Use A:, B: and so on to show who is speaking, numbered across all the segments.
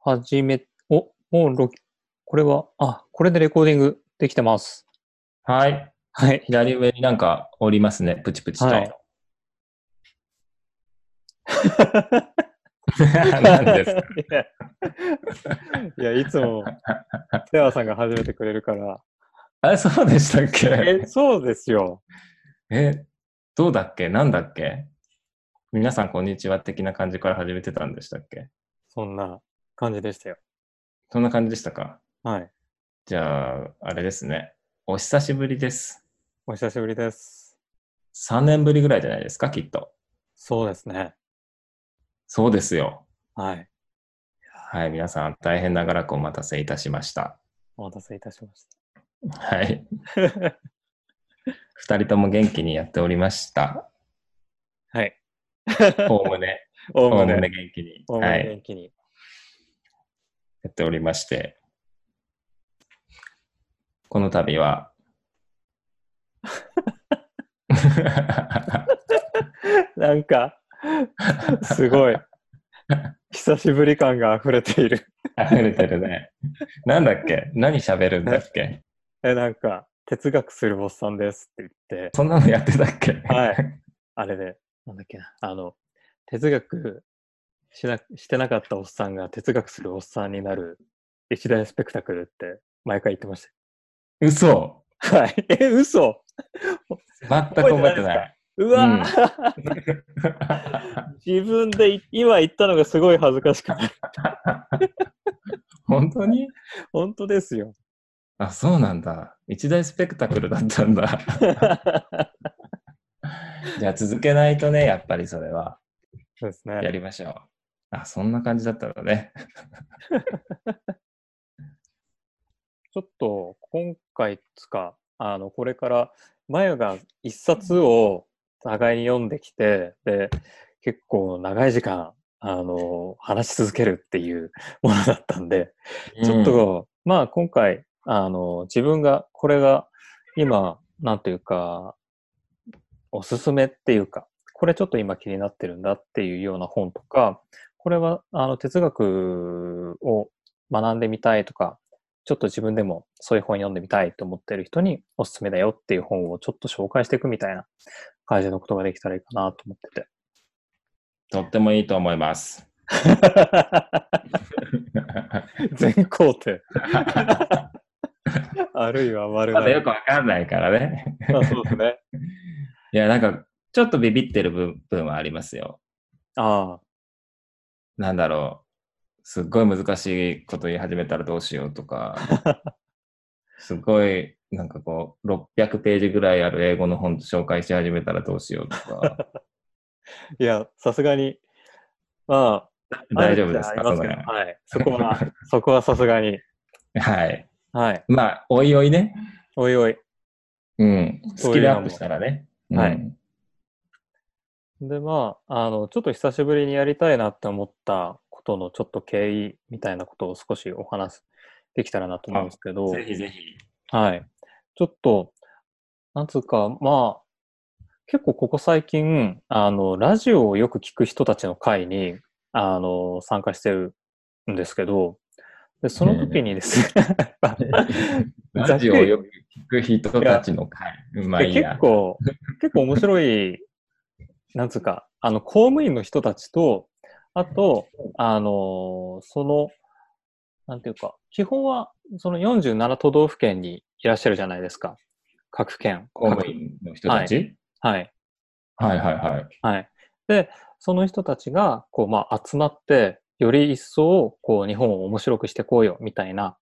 A: 始め、お、もうロこれは、あ、これでレコーディングできてます。
B: はい。
A: はい。
B: 左上になんかおりますね。プチプチと。
A: はい
B: 何で すか
A: いや、いやいつも、セアさんが始めてくれるから。
B: あれ、そうでしたっけ
A: え、そうですよ。
B: え、どうだっけなんだっけ皆さん、こんにちは的な感じから始めてたんでしたっけ
A: そんな感じでしたよ。
B: そんな感じでしたか
A: はい。
B: じゃあ、あれですね。お久しぶりです。
A: お久しぶりです。
B: 3年ぶりぐらいじゃないですか、きっと。
A: そうですね。
B: そうですよ。
A: はい。
B: はい、皆さん、大変長らくお待たせいたしました。
A: お待たせいたしまし
B: はい。
A: た。
B: 二人とも元気にやっており ました。
A: はい。
B: おおむね、
A: お
B: おお
A: おむ
B: むね
A: ね、
B: 元気に、
A: おおむ
B: は
A: ね
B: い、
A: 元気に。
B: やっておりまして、この度は、
A: なんか、すご い。久しぶり感が溢れている。
B: 溢れてるね。なんだっけ何喋るんだっけ
A: え、なんか、哲学するおっさんですって言って、
B: そんなのやってたっけ
A: はい。あれで、なんだっけな、あの、哲学しなしてなかったおっさんが哲学するおっさんになる一大スペクタクルって毎回言ってまし
B: 嘘
A: た。はい。 え、嘘
B: 全く覚えてない。
A: うわ、 自分でい今言ったのがすごい恥ずかしくて。
B: 本当に
A: 本当ですよ。
B: あ、そうなんだ。一大スペクタクルだったんだ。
A: そ
B: じゃあ続けないとね、やっぱりそれは。
A: うです
B: や
A: ね。
B: りましょう。あ、そんな感じだったのね。
A: ちょっと今回つか、あの、これから、まゆが一冊を互いに読んできて、で、結構長い時間、あの、話し続けるっていうものだったんで、ちょっ
B: うん、
A: と、まあ今回、あの、自分が、これが今、なんていうか、おすすめっていうか、これちょっと今気になってるんだっていうような本とか、これはあの哲学を学んでみたいとか、ちょっと自分でもそういう本読んでみたいと思ってる人におすすめだよっていう本をちょっと紹介していくみたいな感じのことができたらいいかなと思って て。
B: とってもいいと思います。
A: 全肯定。あるいは丸
B: ま
A: 々
B: だよくわかんないからね。
A: あそうですね。
B: いや、なんか、ちょっとビビってる部分はありますよ。
A: あ
B: なんだろう。すっごい難しいこと言い始めたらどうしよう とか、
A: あ。
B: すごい、なんかこう、600ページぐらいある英語の本紹介し始めたらどうしよう とか、
A: いや、さすがに、まあ、
B: 大丈夫です
A: あ
B: か
A: りま
B: その
A: すけど
B: 辺は。
A: はい。そこ は、そこはさすがに。
B: はい。
A: はい。
B: まあ、おいおいね。
A: おいおい。
B: うん。
A: そ
B: ス
A: うい
B: キ
A: うのも
B: ルアップしたらね。うん
A: はい。で、まあ、あの、ちょっと久しぶりにやりたいなって思ったことのちょっと経緯みたいなことを少しお話できたらなと思うんですけど、
B: ぜひぜひ。
A: はい。ちょっと、なんつうか、まあ、結構ここ最近、あの、ラジオをよく聞く人たちの会に、あの、参加してるんですけど、で、その時にですね、
B: ラジオをよく聞く人たちの会。まあいい
A: で
B: や
A: 結。構、結構面白い、なんつうか、あの、公務員の人たちと、あと、あの、その、なんていうか、基本は、その47都道府県にいらっしゃるじゃないですか。各県。
B: 公務員の人たち、
A: 各はい。
B: はい、はいはいはい
A: はい。で、その人たちが、こう、まあ、集まって、より一層、こう、日本を面白くしてこうよ、みたいな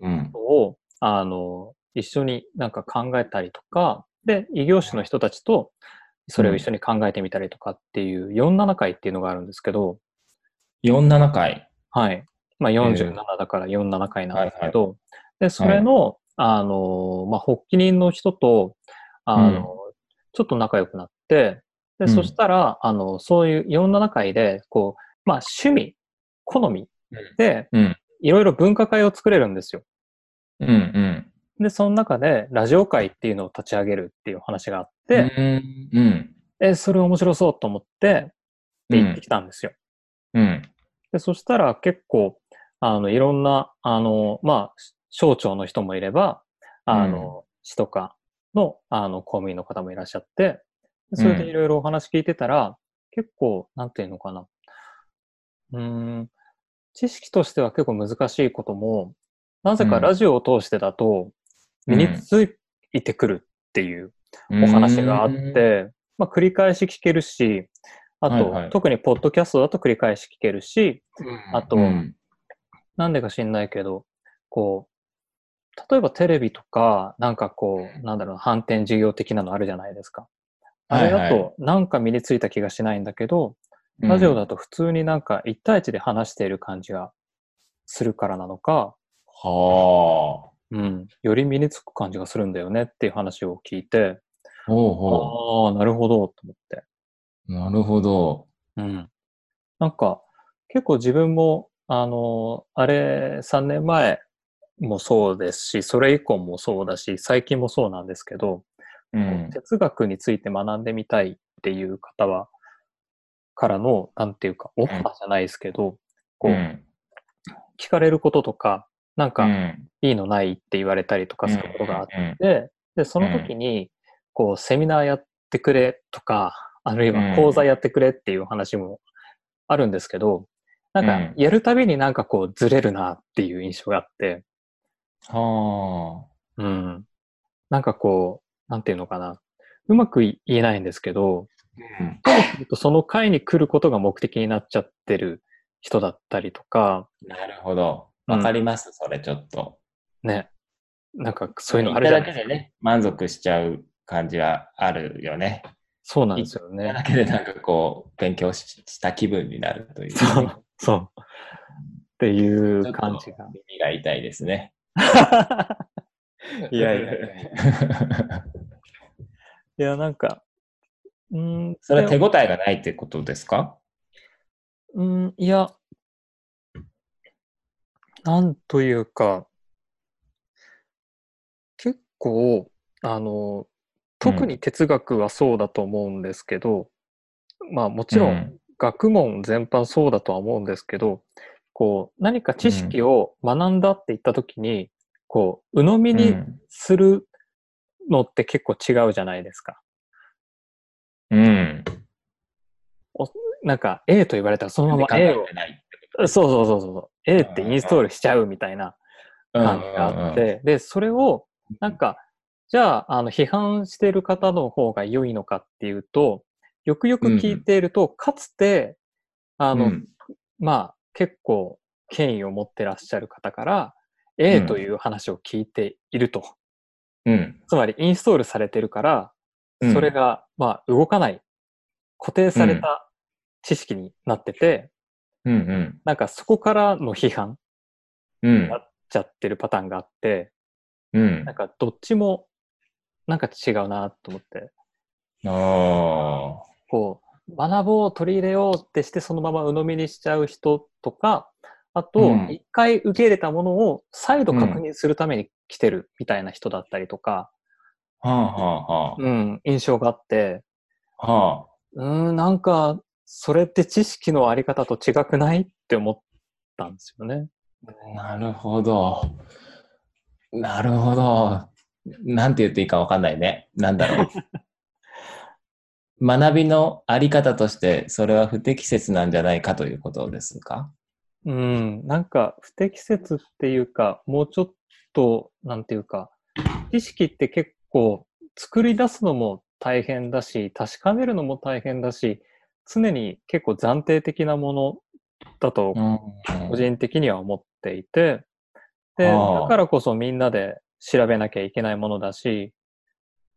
B: うん
A: ことを、あの、一緒になんか考えたりとか、で、異業種の人たちと、それを一緒に考えてみたりとかっていう、47回っていうのがあるんですけど、
B: 47回。
A: はい。まあ、47
B: え
A: だから47回なんですけど、で、それの、あの、まあ、発起人の人と、あの、
B: うん
A: ちょっと仲良くなって、
B: う
A: で、
B: ん
A: そしたら、あの、そういう47回で、こう、まあ、趣味、好みで、
B: うん。
A: いろいろ文化会を作れるんですよ。
B: うんうん。
A: で、その中で、ラジオ会っていうのを立ち上げるっていう話があって、
B: うんうん。
A: え、それ面白そうと思って、
B: う
A: で、行って
B: ん
A: きたんですよ。
B: うん。
A: で、そしたら結構、ああの、いろんな、あの、まあ、省庁の人もいれば、あの、市とかの、あの、公務員の方もいらっしゃって、それでいろいろお話聞いてたら、結構、なんていうのかな。うーん、知識としては結構難しいことも、なぜかラジオを通してだと、身についてくるっていうお話があっ
B: うん、
A: て、まあ、繰り返し聞けるし、あと、
B: はいはい
A: 特にポッドキャストだと繰り返し聞けるし、あと、
B: うん
A: なんでか知んないけど、こう、例えばテレビとか、なんかこう、なんだろう、反転授業的なのあるじゃないですか。あれだ
B: はいは
A: と、なんか身についた気がしないんだけど、ラジオだと普通になんか1対1で話している感じがするからなのか、
B: はあ。
A: うん、より身につく感じがするんだよねっていう話を聞いて、
B: ほう
A: あ
B: ほ
A: あ、なるほど、と思って。
B: う。なるほど。
A: うん。なんか、結構自分も、あの、あれ、3年前もそうですし、それ以降もそうだし、最近もそうなんですけど、
B: うん。
A: 哲学について学んでみたいっていう方は、からの、なんていうか、オファーじゃないですけど、こう、
B: うん
A: 聞かれることとか、なん
B: う
A: か、
B: ん
A: いいのないって言われたりとかすることがあっ
B: うん
A: で、で、その時に、こう、セミナーやってくれとか、あるいは講座やってくれっていう話もあるんですけど、なん
B: う
A: か
B: ん、
A: やるたびになんかこう、ずれるなっていう印象があって、
B: は
A: うん。なんかこう、なんていうのかな。うまく言えないんですけど、
B: あ。うん
A: その会に来ることが目的になっちゃってる人だったりとか、
B: なるほど。
A: うん
B: わかります、それちょっと。
A: ね。なんかそういうのあ
B: 行っ
A: る
B: た
A: じゃないです
B: だけ
A: か。
B: でね、満足しちゃう感じはあるよね。
A: そうなんですよ
B: 行っただ
A: ね。
B: けでなんかこう、勉強しした気分になるというか、
A: そう、そう。ってい
B: ちょ
A: う
B: っと
A: 感じが。
B: 耳が痛いですね。
A: いやいやいやいや、なんか、うーん、
B: それは手
A: で
B: 応えがないってことですか
A: うーん、いや、なんというか、結構、あの、特に哲学はそうだと思うんですけど、まあもちろ、
B: うん
A: 学問全般そうだとは思うんですけど、こう、何か知識を学んだって言ったときに、こう、鵜呑み
B: う
A: に
B: ん。
A: するのって結構違うじゃないですか。
B: うん。
A: なんか A と言われたらそのまま A
B: 考
A: を
B: え、てないってこ
A: そうそうそうそうそう、A ってインストールしちゃうみたいな
B: と
A: 感じがあって、、で、それをなんか、じゃあ、あの、批判している方の方が良いのかっていうと、よくよく聞いていると、かつて、あ
B: うん
A: の、
B: うんうん
A: まあ、結構権威を持ってらっしゃる方から、A
B: うん
A: という話を聞いていると。
B: うん。
A: つまりインストールされてるから、
B: うん
A: それが、まあ、動かない、固定された知識になってて、
B: うんうん。
A: なんかそこからの批判
B: うん
A: なっちゃってるパターンがあって、
B: うん
A: なん。かどっちも、なんか違うなと思って、
B: あ
A: こう、学ぼう、取り入れようってして、そのまま鵜呑みにしちゃう人とか、あ
B: う
A: と
B: ん、
A: 一回受け入れたものを再度確認するために来てるみたいな人だったりとか、
B: あ。はあは
A: うん、印象があって、
B: あはあ。はあ。
A: うーん、なんか、それって知識のあり方と違くないって思ったんですよね。
B: なるほど。なるほど。なんて言っていいかわかんないね。なんだろう。 学びのあり方として、それは不適切なんじゃないかということですか
A: うん、なんか不適切っていうか、もうちょっと、なんていうか、知識って結構作り出すのも大変だし、確かめるのも大変だし、常に結構暫定的なものだと
B: うん。
A: 個人的には思っていて、で、
B: はあ
A: だからこそみんなで調べなきゃいけないものだし、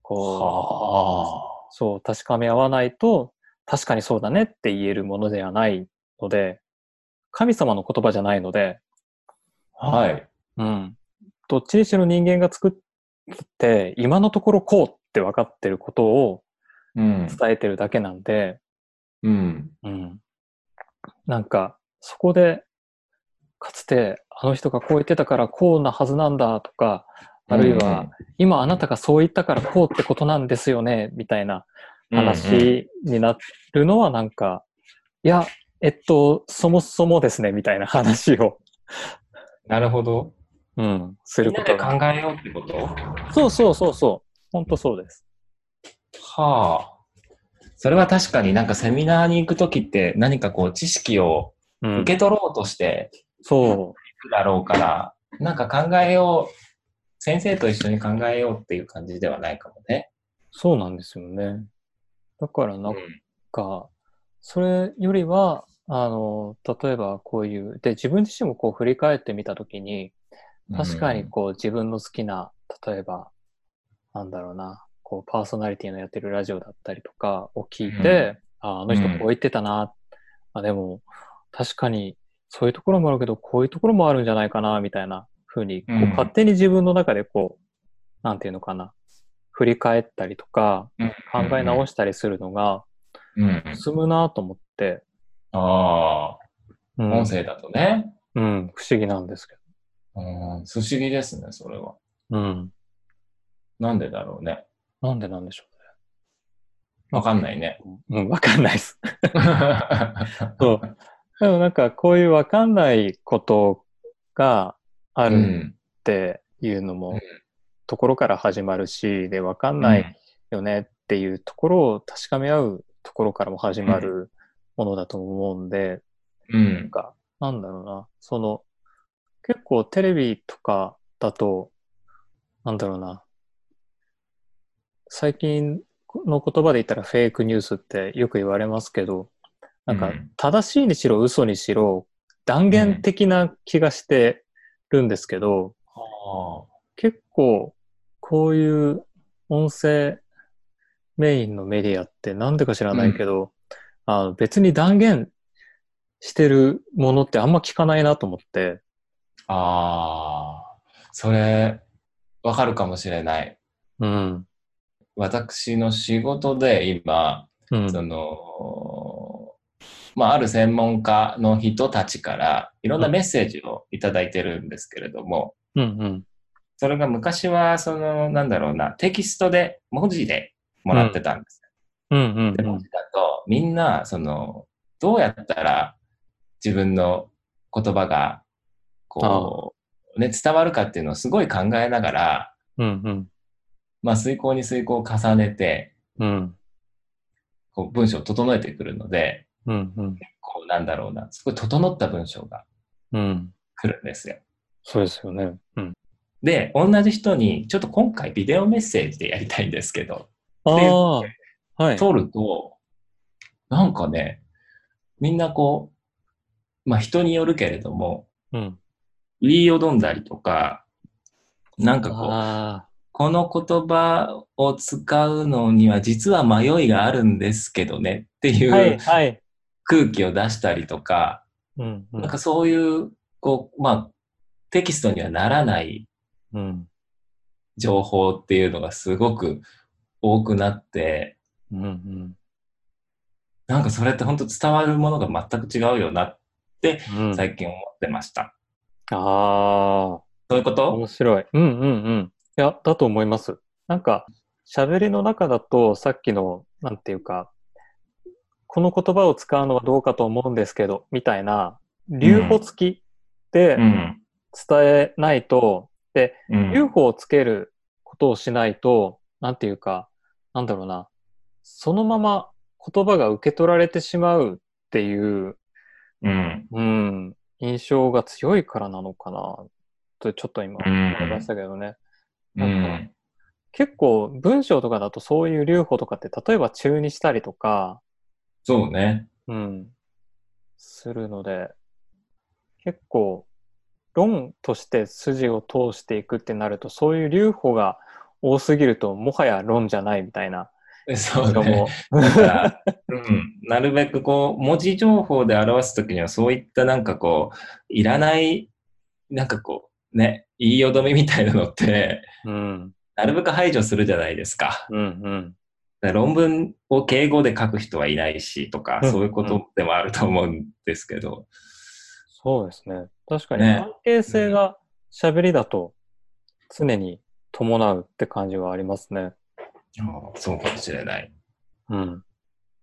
A: こう、
B: は
A: そう、確かめ合わないと、確かにそうだねって言えるものではないので、神様の言葉じゃないので、
B: あ。はい。
A: うん。どっちにしろ人間が作って、今のところこうって分かってることを
B: うん。
A: 伝えてるだけなんで、
B: うん。
A: うん。なんか、そこで、かつてあの人がこう言ってたからこうなはずなんだとか、あるいは、今あなたがそう言ったからこうってことなんですよね、みたいな
B: うん、
A: 話になるのはなんか、いや、えっと、そもそもですね、みたいな話を
B: なるほど。
A: うん、す
B: み
A: る
B: ん
A: こ
B: な
A: と
B: で
A: が
B: 考えようってこと
A: そうそうそうそう。ほんとそうです。
B: はあ。それは確かになんかセミナーに行くときって何かこう知識を
A: うん、
B: 受け取ろうとして
A: そ
B: いくだろうから、なんか考えよう、先生と一緒に考えようっていう感じではないかもね。
A: う、そうなんですよね。だからなん
B: うん
A: か、それよりは、あの、例えばこういう、で、自分自身もこう振り返ってみたときに、確かにこう自分の好きな、例えば、なんだろうな、こうパーソナリティのやってるラジオだったりとかを聞いて、ああの人こう言ってたな、あでも確かにそういうところもあるけど、こういうところもあるんじゃないかな、みたいな風に、こう
B: うん
A: 勝手に自分の中でこう、なんていうのかな、振り返ったりとか、
B: うん
A: 考え直したりするのが
B: うんうん
A: 進むなと思って、
B: ああ、
A: うん、
B: 音声だとね。
A: うん、不思議なんですけ
B: うん、不思議ですね、それは。
A: ど。うん。
B: なんでだろうね。
A: なんでなんでしょ
B: わかんないね。
A: うね。うん、わかんないです。 そう。でもなんかこういうわかんないことがあ
B: う
A: るっ
B: ん。
A: ていうのも、
B: うん
A: ところから始まるし、で、わかんないよねっていうところを確かめ合うところからも始まるものだと思うんで、
B: う
A: なん
B: ん。
A: か、なんだろうな、その、結構テレビとかだと、なんだろうな、最近の言葉で言ったらフェイクニュースってよく言われますけど、なん
B: う
A: か
B: ん
A: 正しいにしろ嘘にしろ断言的な気がしてるんですけど、
B: ああ。
A: 結構こういう音声メインのメディアってなんでか知らないけど、あの別に断言してるものってあんま聞かないなと思って、
B: ああ、それ、わかるかもしれない。
A: うん。
B: 私の仕事で今、
A: うん。
B: その、まあ、ある専門家の人たちからいろんなメッセージをいただいてるんですけれども、
A: うんうん。
B: それが昔は、その、なんだろうな、テキストで、文字でもらってたんです。
A: うんうん
B: で、文字だと、みんな、その、どうやったら自分の言葉が、こう、ね、伝わるかっていうのをすごい考えながら、
A: うんうん。
B: まあ、遂行に遂行を重ねて、
A: うん
B: こう文章を整えてくるので、
A: うんうん。
B: こうなんだろうな、すごい整った文章が
A: うん。
B: 来るんですよ。
A: そうですよね。うん。
B: で、同じ人に、ちょっと今回ビデオメッセージでやりたいんですけど、
A: あ
B: っていう
A: あ。はい。
B: 撮ると、なんかね、みんなこう、まあ人によるけれども、
A: うん。
B: 言いよどんだりとか、なんかこう、
A: あ
B: この言葉を使うのには実は迷いがあるんですけどねってい
A: あ。はいうはい。
B: 空気を出したりとか、
A: うんう
B: なん
A: ん
B: かそういう、こう、まあ、テキストにはならない
A: うん。
B: 情報っていうのがすごく多くなって、
A: うんうん。
B: なんかそれって本当伝わるものが全く違うよなって
A: うん。
B: 最近思ってました。
A: あ
B: そういうこ
A: あ。
B: と
A: 面白い。うんうんうん。いや、だと思います。なんか、喋りの中だと、さっきの、なんていうか、この言葉を使うのはどうかと思うんですけど、みたいな、流歩付きで
B: うん。
A: 伝えないと、で、
B: う
A: UFO をつけることをしないと、なんていうか、なんだろうな、そのまま言葉が受け取られてしまうっていう、
B: うん。
A: うん、印象が強いからなのかな、とちょっと今
B: うん
A: 思いましたけどね。
B: う
A: なん
B: ん。
A: 結構文章とかだとそういう留保とかって、例えば中にしたりとか、
B: そうね。
A: うん、するので、結構、論として筋を通していくってなると、そういう留保が多すぎると、もはや論じゃないみたいな
B: そう
A: 人
B: ね。
A: も、
B: だから、うん。なるべくこう、文字情報で表すときにはそういったなんかこう、いらない、なんかこう、ね、言いよどみみたいなのって、
A: うん、
B: なるべく排除するじゃないですか。
A: うん、うん、
B: だから論文を敬語で書く人はいないしとか
A: う、ん
B: そういうことでもあると思うんですけど。
A: そうですね。確かに
B: ね
A: 関係性が喋りだと常に伴うって感じはありますね。
B: ああそうかもしれない。
A: うん。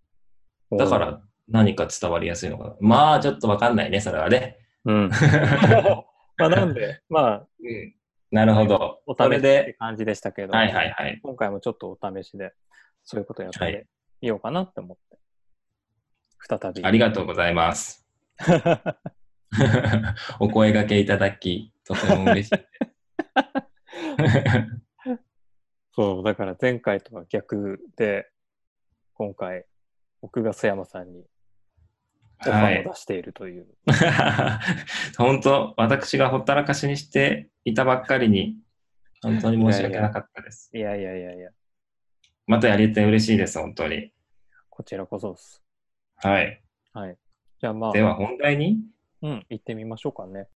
B: だから何か伝わりやすいのかな。まあ、ちょっとわかんないね、それはね。
A: うん。まあなんで、まあ、
B: うんなるほど。
A: お
B: そ
A: 試し
B: れ
A: って
B: で、
A: 感じでしたけど、
B: はいはいはい。
A: 今回もちょっとお試しで、そういうことやっ
B: はい
A: てみようかなって思って。再び。
B: ありがとうございます。 お声掛けいただき、とても嬉しい。
A: そう、だから前回とは逆で、今回、僕が須山さんにオフ
B: は
A: ァ
B: い
A: ーを出しているという。
B: 本当、私がほったらかしにしていたばっかりに、本当に申し訳なかったです。
A: い、やいやいやいや、
B: またやれて嬉しいです、本当に。
A: こちらこそです。
B: はい。
A: はい。じゃあまあ、
B: では、本題に
A: うん、行ってみましょうかね。